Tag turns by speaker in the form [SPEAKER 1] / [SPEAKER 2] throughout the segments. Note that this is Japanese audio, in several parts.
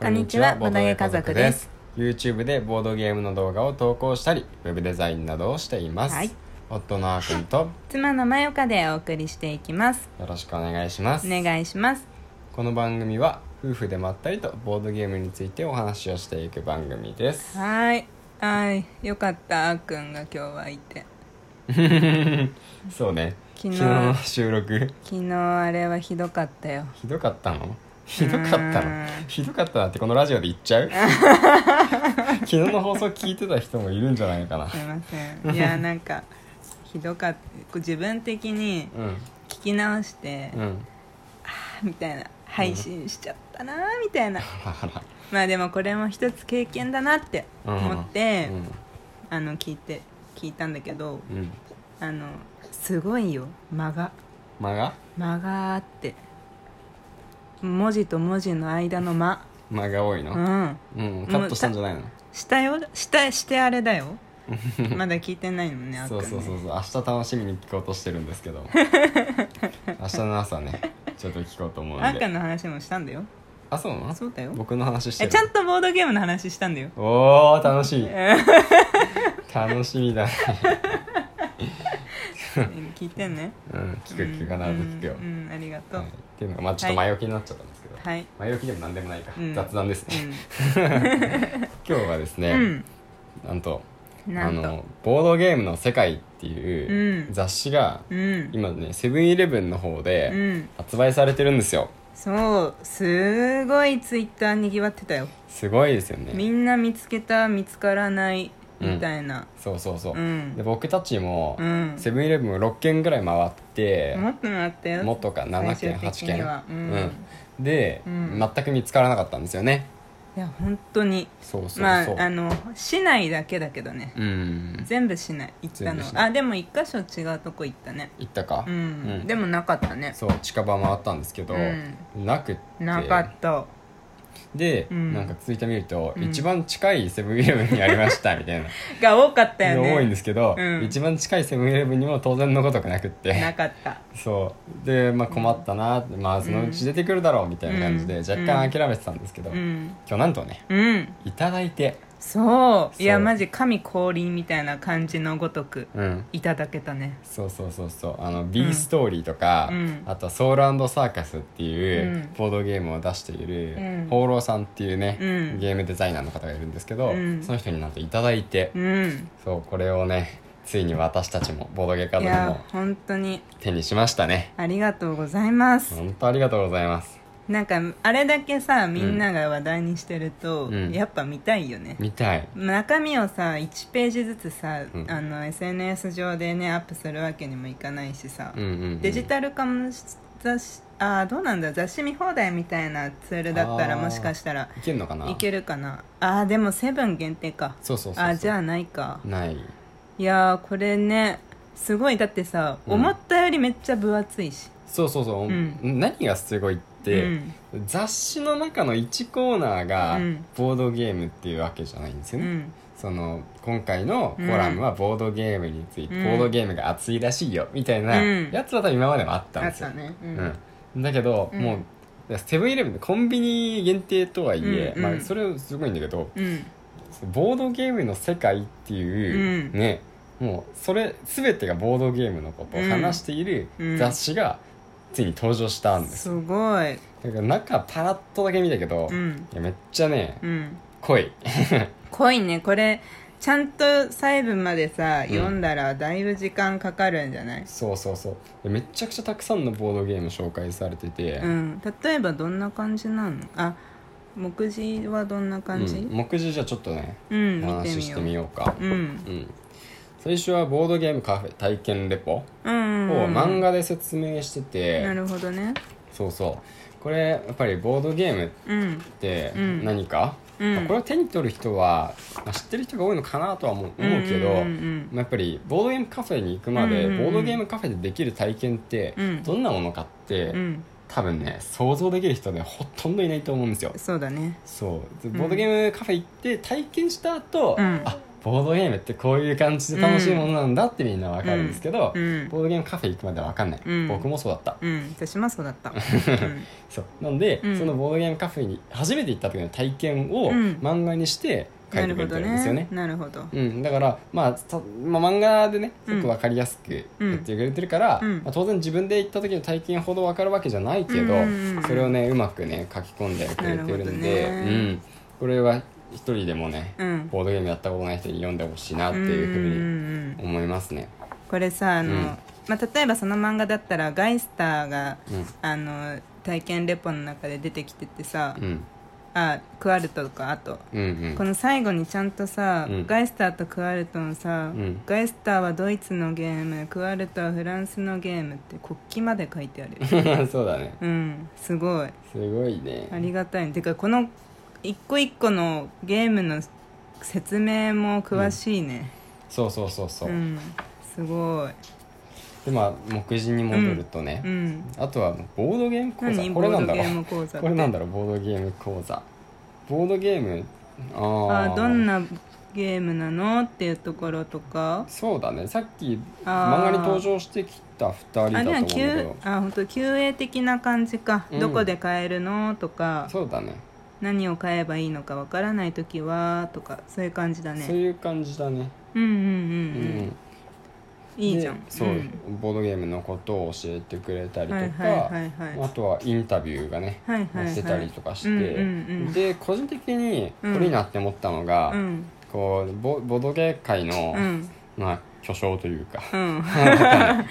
[SPEAKER 1] こんにちはボードゲー家族です
[SPEAKER 2] YouTube でボードゲームの動画を投稿したりウェブデザインなどをしています、
[SPEAKER 1] はい
[SPEAKER 2] 夫のあーくんとよ
[SPEAKER 1] 妻のまよかでお送りしていきます
[SPEAKER 2] ろしくお願いします
[SPEAKER 1] お願いします
[SPEAKER 2] この番組は夫婦でまったりとボードゲームについてお話をしていく番組です
[SPEAKER 1] はーいはいよかったあーくんが今日はいて
[SPEAKER 2] そうね
[SPEAKER 1] 昨日
[SPEAKER 2] の収録
[SPEAKER 1] 昨日あれはひどかったよ
[SPEAKER 2] ひどかったのひどかった
[SPEAKER 1] うー
[SPEAKER 2] の
[SPEAKER 1] ん
[SPEAKER 2] ひどかったなってこのラジオで言っちゃ う昨日の放送聞いてた人もいるんじゃないかな
[SPEAKER 1] すいま せんいやなんかひどかったこう自分的に
[SPEAKER 2] う
[SPEAKER 1] 聞き直して、
[SPEAKER 2] んうん
[SPEAKER 1] みたいな配信しちゃったなーみたいな、
[SPEAKER 2] ははは
[SPEAKER 1] まあでもこれも一つ経験だなって思って、あの聞いて聞いたんだけど
[SPEAKER 2] うんうん
[SPEAKER 1] あのすごいよ間が
[SPEAKER 2] 間が
[SPEAKER 1] 間があって文字と文字の間の間
[SPEAKER 2] 間が多いの
[SPEAKER 1] うん
[SPEAKER 2] うん、カットしたんじゃないの
[SPEAKER 1] したよしたしてあれだ よまだ聞いてないのねあっく
[SPEAKER 2] そ
[SPEAKER 1] ん
[SPEAKER 2] う
[SPEAKER 1] ね
[SPEAKER 2] そうそうそう明日楽しみに聞こうとしてるんですけど明日の朝ねちょっと聞こうと思う
[SPEAKER 1] あ
[SPEAKER 2] ん
[SPEAKER 1] んかん
[SPEAKER 2] で
[SPEAKER 1] の話もしたんだよ
[SPEAKER 2] あそうなの
[SPEAKER 1] そうだよ
[SPEAKER 2] 僕の話して
[SPEAKER 1] え
[SPEAKER 2] る
[SPEAKER 1] ちゃんとボードゲームの話した んだよ
[SPEAKER 2] おお楽しい 楽しみだね
[SPEAKER 1] 聞いてね
[SPEAKER 2] うん聞く聞く必ず聞くよ、
[SPEAKER 1] うん、うんありがとう
[SPEAKER 2] はい、っていうのがまあちょっと前置きになっちゃったんですけど、
[SPEAKER 1] はい、
[SPEAKER 2] 前置きでも何でもないか、
[SPEAKER 1] うん
[SPEAKER 2] 雑談ですね、今日はです
[SPEAKER 1] う
[SPEAKER 2] ね、
[SPEAKER 1] ん、
[SPEAKER 2] なんと
[SPEAKER 1] うん、なん
[SPEAKER 2] あ
[SPEAKER 1] と
[SPEAKER 2] のボードゲームの世界っていう
[SPEAKER 1] うん
[SPEAKER 2] 雑誌が、
[SPEAKER 1] うん
[SPEAKER 2] 今ねセブンイレブンの方
[SPEAKER 1] う
[SPEAKER 2] で
[SPEAKER 1] ん
[SPEAKER 2] 発売されてるんですよ
[SPEAKER 1] そうすごいツイッターにぎわってたよ
[SPEAKER 2] すごいですよね
[SPEAKER 1] みんな見つけた見つからないみたいな
[SPEAKER 2] そうそうそう、
[SPEAKER 1] うん
[SPEAKER 2] で僕たちも
[SPEAKER 1] うん
[SPEAKER 2] セブンイレブン6軒ぐらい回って、
[SPEAKER 1] もっとなったよ
[SPEAKER 2] もっとか7軒
[SPEAKER 1] 最終
[SPEAKER 2] 8
[SPEAKER 1] 的に
[SPEAKER 2] 軒
[SPEAKER 1] はうん
[SPEAKER 2] うんで、
[SPEAKER 1] うん
[SPEAKER 2] 全く見つからなかったんですよね
[SPEAKER 1] いや本当に
[SPEAKER 2] そうそうそう、
[SPEAKER 1] まああの市内だけだけどね
[SPEAKER 2] うん
[SPEAKER 1] 全部市内行った
[SPEAKER 2] 全部
[SPEAKER 1] の
[SPEAKER 2] 市内
[SPEAKER 1] あでも一箇所違うとこ行ったね
[SPEAKER 2] 行ったか、
[SPEAKER 1] うん、
[SPEAKER 2] うん
[SPEAKER 1] でもなかったね
[SPEAKER 2] そう近場回ったんですけど、
[SPEAKER 1] う
[SPEAKER 2] なくって
[SPEAKER 1] なかった
[SPEAKER 2] で、
[SPEAKER 1] うん
[SPEAKER 2] なんか続いてみると、
[SPEAKER 1] うん
[SPEAKER 2] 一番近いセブンイレブンにありましたみた いな
[SPEAKER 1] が多かったよね
[SPEAKER 2] 多いんですけど、
[SPEAKER 1] うん
[SPEAKER 2] 一番近いセブンイレブンにも当然のごとくなくって
[SPEAKER 1] なかった
[SPEAKER 2] そうで、まあ、困ったな、まあそのうち出てくるだろうみたいな感じで、
[SPEAKER 1] うん
[SPEAKER 2] 若干諦めてたんですけど、
[SPEAKER 1] う
[SPEAKER 2] 今
[SPEAKER 1] ん
[SPEAKER 2] 日なんとね
[SPEAKER 1] うん
[SPEAKER 2] いただいて、
[SPEAKER 1] そういや
[SPEAKER 2] そう
[SPEAKER 1] マジ神降臨みたいな感じのごとく
[SPEAKER 2] うん、
[SPEAKER 1] いただけたね
[SPEAKER 2] そうそうそうそうあの B ストーリーとか、
[SPEAKER 1] うん
[SPEAKER 2] あとはソウルサーカスっていう
[SPEAKER 1] うん
[SPEAKER 2] ボードゲームを出してい
[SPEAKER 1] うん
[SPEAKER 2] る放浪、さんっていうね、
[SPEAKER 1] うん
[SPEAKER 2] ゲームデザイナーの方がいるんですけど、
[SPEAKER 1] うん
[SPEAKER 2] その人になんといただいて、
[SPEAKER 1] うん
[SPEAKER 2] そうこれをねついに私たちもボードゲーカ
[SPEAKER 1] い
[SPEAKER 2] ードも
[SPEAKER 1] や本当に
[SPEAKER 2] 手にしましたね
[SPEAKER 1] ありがとうございます
[SPEAKER 2] 本当ありがとうございます
[SPEAKER 1] なんかあれだけさみんなが話題にしてると、
[SPEAKER 2] うん
[SPEAKER 1] やっぱ見たいよね、
[SPEAKER 2] 見たい
[SPEAKER 1] 中身をさ1ページずつさ、
[SPEAKER 2] うん
[SPEAKER 1] あの SNS 上でねアップするわけにもいかないしさ、
[SPEAKER 2] うんうん、うん、
[SPEAKER 1] デジタル化もし雑誌あーどうなんだ雑誌見放題みたいなツールだったら
[SPEAKER 2] あー
[SPEAKER 1] もしかしたら
[SPEAKER 2] いけるのかない
[SPEAKER 1] けるかなあーでもセブン限定か
[SPEAKER 2] そうそうそうそう
[SPEAKER 1] あーじゃあないか
[SPEAKER 2] ない
[SPEAKER 1] いやーこれねすごいだってさ、
[SPEAKER 2] うん
[SPEAKER 1] 思ったよりめっちゃ分厚いし
[SPEAKER 2] そうそうそう、
[SPEAKER 1] うん
[SPEAKER 2] 何がすごいって、雑誌の中の1コーナーが
[SPEAKER 1] うん
[SPEAKER 2] ボードゲームっていうわけじゃないんです
[SPEAKER 1] うん
[SPEAKER 2] よ
[SPEAKER 1] う
[SPEAKER 2] ね、
[SPEAKER 1] ん
[SPEAKER 2] その今回のコラムはボードゲームについて、
[SPEAKER 1] うん
[SPEAKER 2] ボードゲームが熱いらしいよみたいな
[SPEAKER 1] うん
[SPEAKER 2] やつは多分今までもあったん
[SPEAKER 1] あ
[SPEAKER 2] で
[SPEAKER 1] っ
[SPEAKER 2] すよ
[SPEAKER 1] た、ねう、
[SPEAKER 2] うんんだけど、
[SPEAKER 1] うん
[SPEAKER 2] もうセブンイレブンでコンビニ限定とはいえ、
[SPEAKER 1] うんうん
[SPEAKER 2] まあ、それすごいんだけど
[SPEAKER 1] うん
[SPEAKER 2] ボードゲームの世界っていう、
[SPEAKER 1] うん
[SPEAKER 2] ねもうそれ全てがボードゲームのことを話している
[SPEAKER 1] うん
[SPEAKER 2] 雑誌がついに登場したんです、
[SPEAKER 1] すごい
[SPEAKER 2] だから中パラッとだけ見たけど、
[SPEAKER 1] う
[SPEAKER 2] い
[SPEAKER 1] ん
[SPEAKER 2] やめっちゃね
[SPEAKER 1] うん
[SPEAKER 2] 濃い
[SPEAKER 1] 濃いねこれちゃんと細部までさ、
[SPEAKER 2] ん
[SPEAKER 1] 読んだらだいぶ時間かかるんじゃない、
[SPEAKER 2] そうそうそうでめちゃくちゃたくさんのボードゲーム紹介されてて、
[SPEAKER 1] うん、例えばどんな感じなのあ目次はどんな感じ
[SPEAKER 2] うん目次じゃちょっとね
[SPEAKER 1] うん、
[SPEAKER 2] お
[SPEAKER 1] 見て
[SPEAKER 2] 話し
[SPEAKER 1] み
[SPEAKER 2] し
[SPEAKER 1] よ
[SPEAKER 2] て
[SPEAKER 1] う
[SPEAKER 2] みようか
[SPEAKER 1] うん
[SPEAKER 2] うん最初はボードゲームカフェ体験レポ
[SPEAKER 1] うん
[SPEAKER 2] を漫画で説明してて、
[SPEAKER 1] なるほどね
[SPEAKER 2] そうそうこれやっぱりボードゲームっ
[SPEAKER 1] うん
[SPEAKER 2] て
[SPEAKER 1] うん
[SPEAKER 2] 何か、
[SPEAKER 1] うん
[SPEAKER 2] まあこれを手に取る人は、まあ知ってる人が多いのかなとは思う思うけど、
[SPEAKER 1] うんうん
[SPEAKER 2] まあやっぱりボードゲームカフェに行くまで、
[SPEAKER 1] うんうんうん
[SPEAKER 2] ボードゲームカフェでできる体験って
[SPEAKER 1] うん
[SPEAKER 2] どんなものかって、
[SPEAKER 1] うん、うん
[SPEAKER 2] 多分ね想像できる人ねほとんどいないと思うんですよ
[SPEAKER 1] そうだね
[SPEAKER 2] そうで
[SPEAKER 1] ん
[SPEAKER 2] ボードゲームカフェ行って体験した後、
[SPEAKER 1] うん
[SPEAKER 2] あボボードゲームってこういう感じで楽しいものなんだってみんなわかるんですけど、
[SPEAKER 1] うん
[SPEAKER 2] ボードゲームカフェ行くまでわかんない、
[SPEAKER 1] うん
[SPEAKER 2] 僕もそうだった
[SPEAKER 1] うん私もそうだ った、うん
[SPEAKER 2] そうなんで、
[SPEAKER 1] うん
[SPEAKER 2] そのボードゲームカフェに初めて行った時の体験を
[SPEAKER 1] うん
[SPEAKER 2] 漫画にして書
[SPEAKER 1] ない
[SPEAKER 2] て
[SPEAKER 1] る
[SPEAKER 2] くれ
[SPEAKER 1] ほ
[SPEAKER 2] て
[SPEAKER 1] ど
[SPEAKER 2] るんですよね
[SPEAKER 1] ねなるほど
[SPEAKER 2] うん、だから、まあ、たまあ漫画でねすごく分かりやすく
[SPEAKER 1] うん
[SPEAKER 2] やってくれてるから、
[SPEAKER 1] うん
[SPEAKER 2] まあ、当然自分で行った時の体験ほど分かるわけじゃないけど、
[SPEAKER 1] うんうんうん
[SPEAKER 2] それをねうまくね書き込んでくれてるんで
[SPEAKER 1] なるほどね
[SPEAKER 2] うん、これは一人でもね、
[SPEAKER 1] うん
[SPEAKER 2] ボードゲームやったことない人に読んでほしいなっ
[SPEAKER 1] う
[SPEAKER 2] て
[SPEAKER 1] ん
[SPEAKER 2] いうふ
[SPEAKER 1] うん
[SPEAKER 2] う
[SPEAKER 1] うん
[SPEAKER 2] に思いますね。
[SPEAKER 1] これさあの、
[SPEAKER 2] うん
[SPEAKER 1] まあ、例えばその漫画だったらガイスターが、
[SPEAKER 2] うん
[SPEAKER 1] あの体験レポの中で出てきててさ、
[SPEAKER 2] うん
[SPEAKER 1] あクアルトとかあと、
[SPEAKER 2] うんうん
[SPEAKER 1] この最後にちゃんとさ、
[SPEAKER 2] うん
[SPEAKER 1] ガイスターとクアルトのさ、
[SPEAKER 2] うん
[SPEAKER 1] ガイスターはドイツのゲームクアルトはフランスのゲームって国旗まで書いてあ る
[SPEAKER 2] そうだね
[SPEAKER 1] うんすごい
[SPEAKER 2] すごいね
[SPEAKER 1] ありがたいてかこの一個一個のゲームの説明も詳しいね
[SPEAKER 2] そうそうそうそうう、
[SPEAKER 1] ん、すごい
[SPEAKER 2] でまあ目次に戻るとね、
[SPEAKER 1] うん
[SPEAKER 2] あとはボードゲーム講座
[SPEAKER 1] 何
[SPEAKER 2] これなんだろ
[SPEAKER 1] ボ
[SPEAKER 2] う
[SPEAKER 1] ードゲーム講座って
[SPEAKER 2] これなんだろうボードゲーム講座ボードゲームあー
[SPEAKER 1] あどんなゲームなのっていうところとか
[SPEAKER 2] そうだねさっき
[SPEAKER 1] あー
[SPEAKER 2] 漫画に登場してきた2人だ
[SPEAKER 1] あ
[SPEAKER 2] と
[SPEAKER 1] で
[SPEAKER 2] 思う
[SPEAKER 1] は
[SPEAKER 2] んだけ
[SPEAKER 1] Q
[SPEAKER 2] ど
[SPEAKER 1] あ本当 QA 的な感じか、
[SPEAKER 2] うん
[SPEAKER 1] どこで買えるのとか
[SPEAKER 2] そうだね
[SPEAKER 1] 何を買えばいいのかわからない時はとかそういう感じだ
[SPEAKER 2] そう
[SPEAKER 1] ね
[SPEAKER 2] いう感じだね
[SPEAKER 1] うんうん
[SPEAKER 2] う
[SPEAKER 1] うんうん、
[SPEAKER 2] ん
[SPEAKER 1] いいじゃん
[SPEAKER 2] でそう、
[SPEAKER 1] ん
[SPEAKER 2] ボードゲームのことを教えてくれたりと
[SPEAKER 1] はい
[SPEAKER 2] か、
[SPEAKER 1] はいはいはい
[SPEAKER 2] あとはインタビューがね、
[SPEAKER 1] はいはいはい
[SPEAKER 2] してたりとかして、
[SPEAKER 1] うんうんうん
[SPEAKER 2] で個人的にこ
[SPEAKER 1] うん
[SPEAKER 2] れいいなって思ったのが、
[SPEAKER 1] うん
[SPEAKER 2] こうボボードゲー界の、
[SPEAKER 1] うん
[SPEAKER 2] まあ巨匠という か
[SPEAKER 1] うん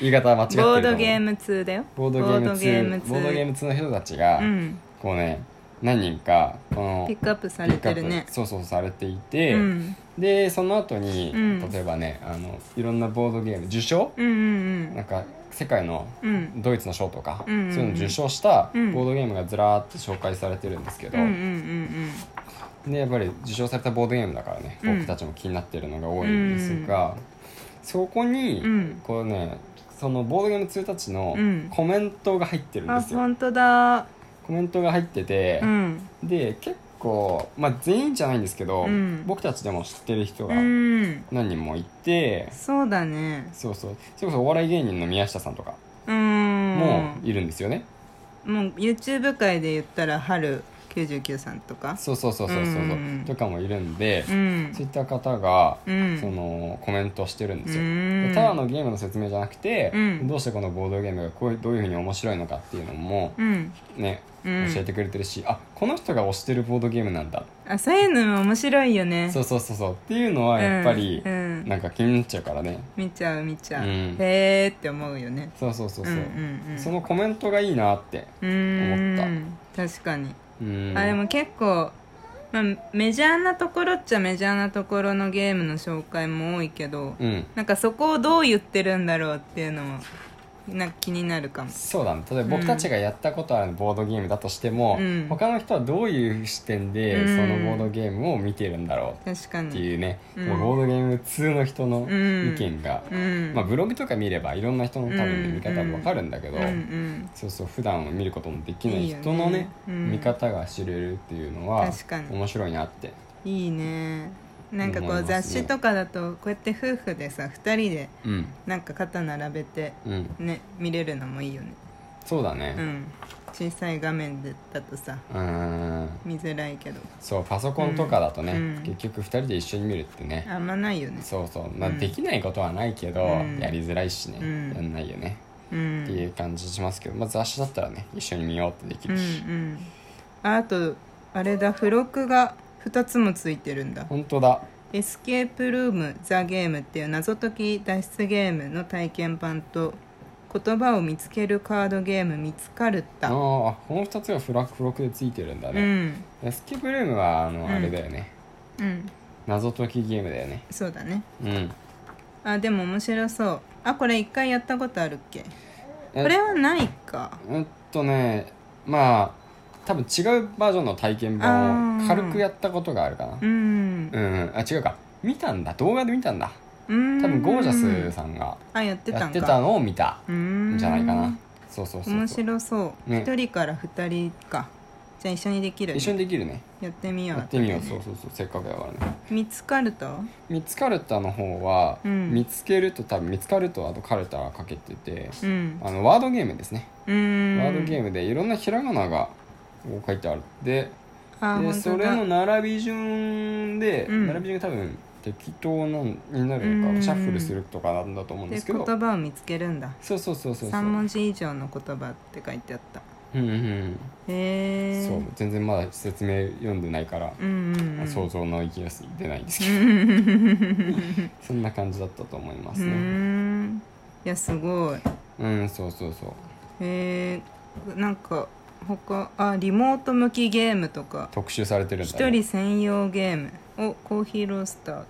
[SPEAKER 2] 言い方は間違ってると思
[SPEAKER 1] ボ
[SPEAKER 2] う
[SPEAKER 1] ードゲーム通だよ
[SPEAKER 2] ボードゲーム2ボ
[SPEAKER 1] ボー
[SPEAKER 2] ード
[SPEAKER 1] ド
[SPEAKER 2] ゲー
[SPEAKER 1] ゲーム
[SPEAKER 2] ム2の人たちが、
[SPEAKER 1] 2うん
[SPEAKER 2] こうね何人かこの
[SPEAKER 1] ピックアップされてる
[SPEAKER 2] ピックア
[SPEAKER 1] ね
[SPEAKER 2] ップそうそうされていて、
[SPEAKER 1] うん
[SPEAKER 2] でその後に、
[SPEAKER 1] うん
[SPEAKER 2] 例えばねあのいろんなボードゲーム受賞、
[SPEAKER 1] うんうん
[SPEAKER 2] なんか世界の
[SPEAKER 1] うんうん
[SPEAKER 2] ドイツの賞とか、
[SPEAKER 1] うんうんうん
[SPEAKER 2] そういうの受賞したボ
[SPEAKER 1] うん
[SPEAKER 2] ードゲームがずらーっと紹介されてるんですけど、
[SPEAKER 1] うんうんうん
[SPEAKER 2] でやっぱり受賞されたボードゲームだからね、
[SPEAKER 1] うん
[SPEAKER 2] 僕たちも気になってるのが多いんですが、そこに、
[SPEAKER 1] うん
[SPEAKER 2] こうねそのボードゲーム2たちの
[SPEAKER 1] うん
[SPEAKER 2] コメントが入ってるん
[SPEAKER 1] あ
[SPEAKER 2] ですよ、
[SPEAKER 1] 本当だ
[SPEAKER 2] コメントが入ってて、
[SPEAKER 1] うん
[SPEAKER 2] で結構、まあ、全員じゃないんですけど、
[SPEAKER 1] うん
[SPEAKER 2] 僕たちでも知ってる人
[SPEAKER 1] う
[SPEAKER 2] が
[SPEAKER 1] ん
[SPEAKER 2] 何人もいて、
[SPEAKER 1] そうだね
[SPEAKER 2] そうそうそれこそお笑い芸人の宮下さんとか
[SPEAKER 1] うん
[SPEAKER 2] もいるんですよね、
[SPEAKER 1] もう YouTube 界で言ったら春99さんとか
[SPEAKER 2] そうそうそうそうそうそう
[SPEAKER 1] うんうんうん
[SPEAKER 2] とかもいるんで、
[SPEAKER 1] うん
[SPEAKER 2] そういった方が、
[SPEAKER 1] うん
[SPEAKER 2] そのコメントしてるんですよ、
[SPEAKER 1] うん
[SPEAKER 2] でただのゲームの説明じゃなくて、
[SPEAKER 1] うん
[SPEAKER 2] どうしてこのボードゲームがこういうどういうふうに面白いのかっていうのも
[SPEAKER 1] うん
[SPEAKER 2] ね、
[SPEAKER 1] うん
[SPEAKER 2] 教えてくれてるしあこの人が推してるボードゲームなんだ、
[SPEAKER 1] あそういうのも面白いよね
[SPEAKER 2] そうそうそうそうっていうのはやっぱり、
[SPEAKER 1] うんうん
[SPEAKER 2] なんか気になっちゃうからね
[SPEAKER 1] 見ちゃう見ちゃ
[SPEAKER 2] う
[SPEAKER 1] う、
[SPEAKER 2] ん
[SPEAKER 1] へーって思うよね
[SPEAKER 2] そうそうそうそう、
[SPEAKER 1] んうんうん
[SPEAKER 2] そのコメントがいいなって
[SPEAKER 1] うーん確かに、
[SPEAKER 2] うん
[SPEAKER 1] あでも結構、まあ、メジャーなところっちゃメジャーなところのゲームの紹介も多いけど、
[SPEAKER 2] うん
[SPEAKER 1] なんかそこをどう言ってるんだろうっていうのもなんか気になるかも
[SPEAKER 2] そうだね例えば僕たちがやったことあるボードゲームだとしても、
[SPEAKER 1] うん
[SPEAKER 2] 他の人はどういう視点で
[SPEAKER 1] うん
[SPEAKER 2] そのボードゲームを見てるんだろ
[SPEAKER 1] 確か
[SPEAKER 2] うって
[SPEAKER 1] に
[SPEAKER 2] いうね、
[SPEAKER 1] うん
[SPEAKER 2] もうボードゲーム通の人の
[SPEAKER 1] うん
[SPEAKER 2] 意見が、
[SPEAKER 1] うん
[SPEAKER 2] まあ、ブログとか見ればいろんな人の多分ね
[SPEAKER 1] うん
[SPEAKER 2] 見方もわかるんだけど、
[SPEAKER 1] うんうん
[SPEAKER 2] そうそう普段見ることもできない
[SPEAKER 1] いいよね
[SPEAKER 2] 人のね
[SPEAKER 1] うん
[SPEAKER 2] 見方が知れるっていうのは
[SPEAKER 1] 確かに
[SPEAKER 2] 面白いなって
[SPEAKER 1] いいねなんかこ
[SPEAKER 2] 思いうますね
[SPEAKER 1] 雑誌とかだとこうやって夫婦でさ2人で
[SPEAKER 2] うん
[SPEAKER 1] なんか肩並べて
[SPEAKER 2] うん
[SPEAKER 1] ね見れるのもいいよね
[SPEAKER 2] そうだ
[SPEAKER 1] う
[SPEAKER 2] ね
[SPEAKER 1] ん小さい画面でだとさ
[SPEAKER 2] うーん
[SPEAKER 1] 見づらいけど
[SPEAKER 2] そうパソコンとかだとね、
[SPEAKER 1] うん
[SPEAKER 2] 結局2人で一緒に見るってね、
[SPEAKER 1] あんまないよね
[SPEAKER 2] そうそう、まあ、
[SPEAKER 1] うん
[SPEAKER 2] できないことはないけど、
[SPEAKER 1] うん
[SPEAKER 2] やりづらいしね、
[SPEAKER 1] うん
[SPEAKER 2] やんないよね、
[SPEAKER 1] う
[SPEAKER 2] ってい
[SPEAKER 1] ん
[SPEAKER 2] う感じしますけど、まあ、雑誌だったらね一緒に見ようってでき
[SPEAKER 1] うんう
[SPEAKER 2] るし、
[SPEAKER 1] んああとあれだ付録が2つもついてるんだ
[SPEAKER 2] 本当だ
[SPEAKER 1] 「エスケープルーム・ザ・ゲーム」っていう謎解き脱出ゲームの体験版と「言葉を見つけるカードゲーム見つかるっ
[SPEAKER 2] あー
[SPEAKER 1] た」う
[SPEAKER 2] この2つがフラッグロックでついてるんだね、
[SPEAKER 1] ん
[SPEAKER 2] エスケープルームはあの
[SPEAKER 1] ん
[SPEAKER 2] あれだよね、
[SPEAKER 1] うん
[SPEAKER 2] 謎解きゲームだよね
[SPEAKER 1] そうだね
[SPEAKER 2] うん
[SPEAKER 1] あでも面白そうあこれ一回やったことあるっけ
[SPEAKER 2] え
[SPEAKER 1] これはないか
[SPEAKER 2] うんとねまあ多分違うバージョンの体験版を
[SPEAKER 1] あー
[SPEAKER 2] 軽くやったことがあるかな
[SPEAKER 1] うん
[SPEAKER 2] うん、あ違うか見たんだ動画で見たんだ
[SPEAKER 1] うん
[SPEAKER 2] 多分ゴージャスさんが
[SPEAKER 1] あやって
[SPEAKER 2] や
[SPEAKER 1] た
[SPEAKER 2] っ
[SPEAKER 1] ん
[SPEAKER 2] て
[SPEAKER 1] か
[SPEAKER 2] たのを見た
[SPEAKER 1] うん
[SPEAKER 2] んじゃないかなそうそうそうそう
[SPEAKER 1] 面白そう
[SPEAKER 2] ね
[SPEAKER 1] 一人から二人かじじゃあ一緒にできる、
[SPEAKER 2] 一緒にできるね
[SPEAKER 1] やってみよう
[SPEAKER 2] やってみようそうそうそうせっかくだからね
[SPEAKER 1] 見つかると
[SPEAKER 2] 見つかるたの方は、
[SPEAKER 1] うん
[SPEAKER 2] 見つけると多分見つかるとあとカルタがかけてて、
[SPEAKER 1] うん
[SPEAKER 2] あのワードゲームですね、
[SPEAKER 1] うーん
[SPEAKER 2] ワードゲームでいろんなひらがながこう書いてあるで
[SPEAKER 1] あ
[SPEAKER 2] で
[SPEAKER 1] 本
[SPEAKER 2] そ
[SPEAKER 1] 当
[SPEAKER 2] れの
[SPEAKER 1] だ
[SPEAKER 2] 並び順で、
[SPEAKER 1] うん
[SPEAKER 2] 並び順が多分適当なんになるの
[SPEAKER 1] う
[SPEAKER 2] か
[SPEAKER 1] ん
[SPEAKER 2] シャッフルするとかなんだと思うんで
[SPEAKER 1] です
[SPEAKER 2] けど
[SPEAKER 1] 言葉を見つけるんだ
[SPEAKER 2] そうそうそうそうそう
[SPEAKER 1] 3文字以上の言葉って書いてあった
[SPEAKER 2] うんうん
[SPEAKER 1] へ
[SPEAKER 2] うん
[SPEAKER 1] え
[SPEAKER 2] そう全然まだ説明読んでないから、
[SPEAKER 1] うんうんうん
[SPEAKER 2] 想
[SPEAKER 1] う
[SPEAKER 2] 像の域が出ないんですけど、 そんな感じだったと思います
[SPEAKER 1] ー
[SPEAKER 2] ね
[SPEAKER 1] んいやすごい
[SPEAKER 2] うんそうそうそう
[SPEAKER 1] へえなんか他あリモート向きゲームとか
[SPEAKER 2] 特集されてるんだ、
[SPEAKER 1] 一人専用ゲームをコーヒーロースターと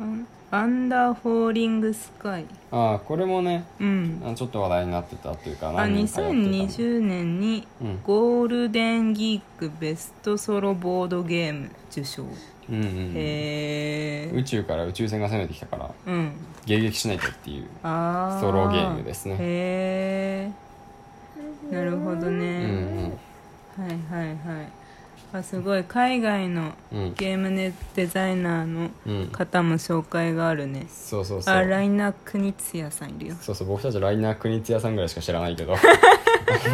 [SPEAKER 1] アンアンダーフォーリングスカイ
[SPEAKER 2] ああこれもね
[SPEAKER 1] うん
[SPEAKER 2] あのちょっと話題になってたというか
[SPEAKER 1] あ
[SPEAKER 2] 何人かやってた
[SPEAKER 1] 2020年に
[SPEAKER 2] うん
[SPEAKER 1] ゴールデンギークベストソロボードゲーム受賞
[SPEAKER 2] うんうん
[SPEAKER 1] へ
[SPEAKER 2] 宇
[SPEAKER 1] え
[SPEAKER 2] 宙から宇宙船が攻めてきたから
[SPEAKER 1] うん
[SPEAKER 2] 迎撃しないとっていう
[SPEAKER 1] ああ
[SPEAKER 2] ソロゲームですね
[SPEAKER 1] へえなるほど
[SPEAKER 2] う
[SPEAKER 1] ね、
[SPEAKER 2] ん
[SPEAKER 1] はいはいはいあすごい海外の
[SPEAKER 2] うんうん
[SPEAKER 1] ゲームネデザイナーの
[SPEAKER 2] うん
[SPEAKER 1] 方も紹介があるね
[SPEAKER 2] そうそうそう
[SPEAKER 1] あライナー・クニツヤさんいるよ
[SPEAKER 2] そうそう僕たちライナー国津屋さんぐらいしか知らないけど あ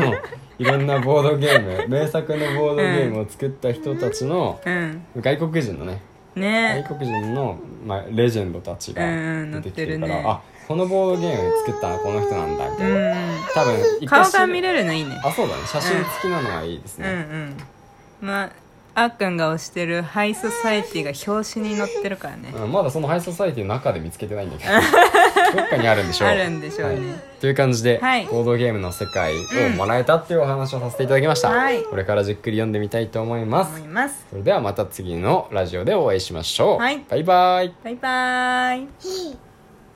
[SPEAKER 2] のいろんなボードゲ ーム名作のボードゲームを作った人たちの
[SPEAKER 1] うん
[SPEAKER 2] 外国人のね外
[SPEAKER 1] ね
[SPEAKER 2] 国人の、まあ、レジェンドたちが
[SPEAKER 1] うん
[SPEAKER 2] 出てきてるから、
[SPEAKER 1] 載ってるね
[SPEAKER 2] あこのボードゲーム作ったのはこの人なんだみ
[SPEAKER 1] う
[SPEAKER 2] たいな、
[SPEAKER 1] ん
[SPEAKER 2] 多分一回
[SPEAKER 1] 顔
[SPEAKER 2] 知る
[SPEAKER 1] が見れるのいいね
[SPEAKER 2] あそうだね写真付きなのはいいです
[SPEAKER 1] う
[SPEAKER 2] ね、
[SPEAKER 1] んうんまああっくんが推してるハイソサイティが表紙に載ってるからね
[SPEAKER 2] うんまだそのハイソサイティの中で見つけてないんだけどどっかにあるんでしょう
[SPEAKER 1] あるんでしょうね
[SPEAKER 2] はいという感じで、
[SPEAKER 1] はい
[SPEAKER 2] ボードゲームの世界をもらえたっていうお話をさせていただきました、
[SPEAKER 1] はい
[SPEAKER 2] これからじっくり読んでみたいと思います、
[SPEAKER 1] 思います
[SPEAKER 2] それではまた次のラジオでお会いしましょう、
[SPEAKER 1] はい
[SPEAKER 2] バイバイ
[SPEAKER 1] バイバーイ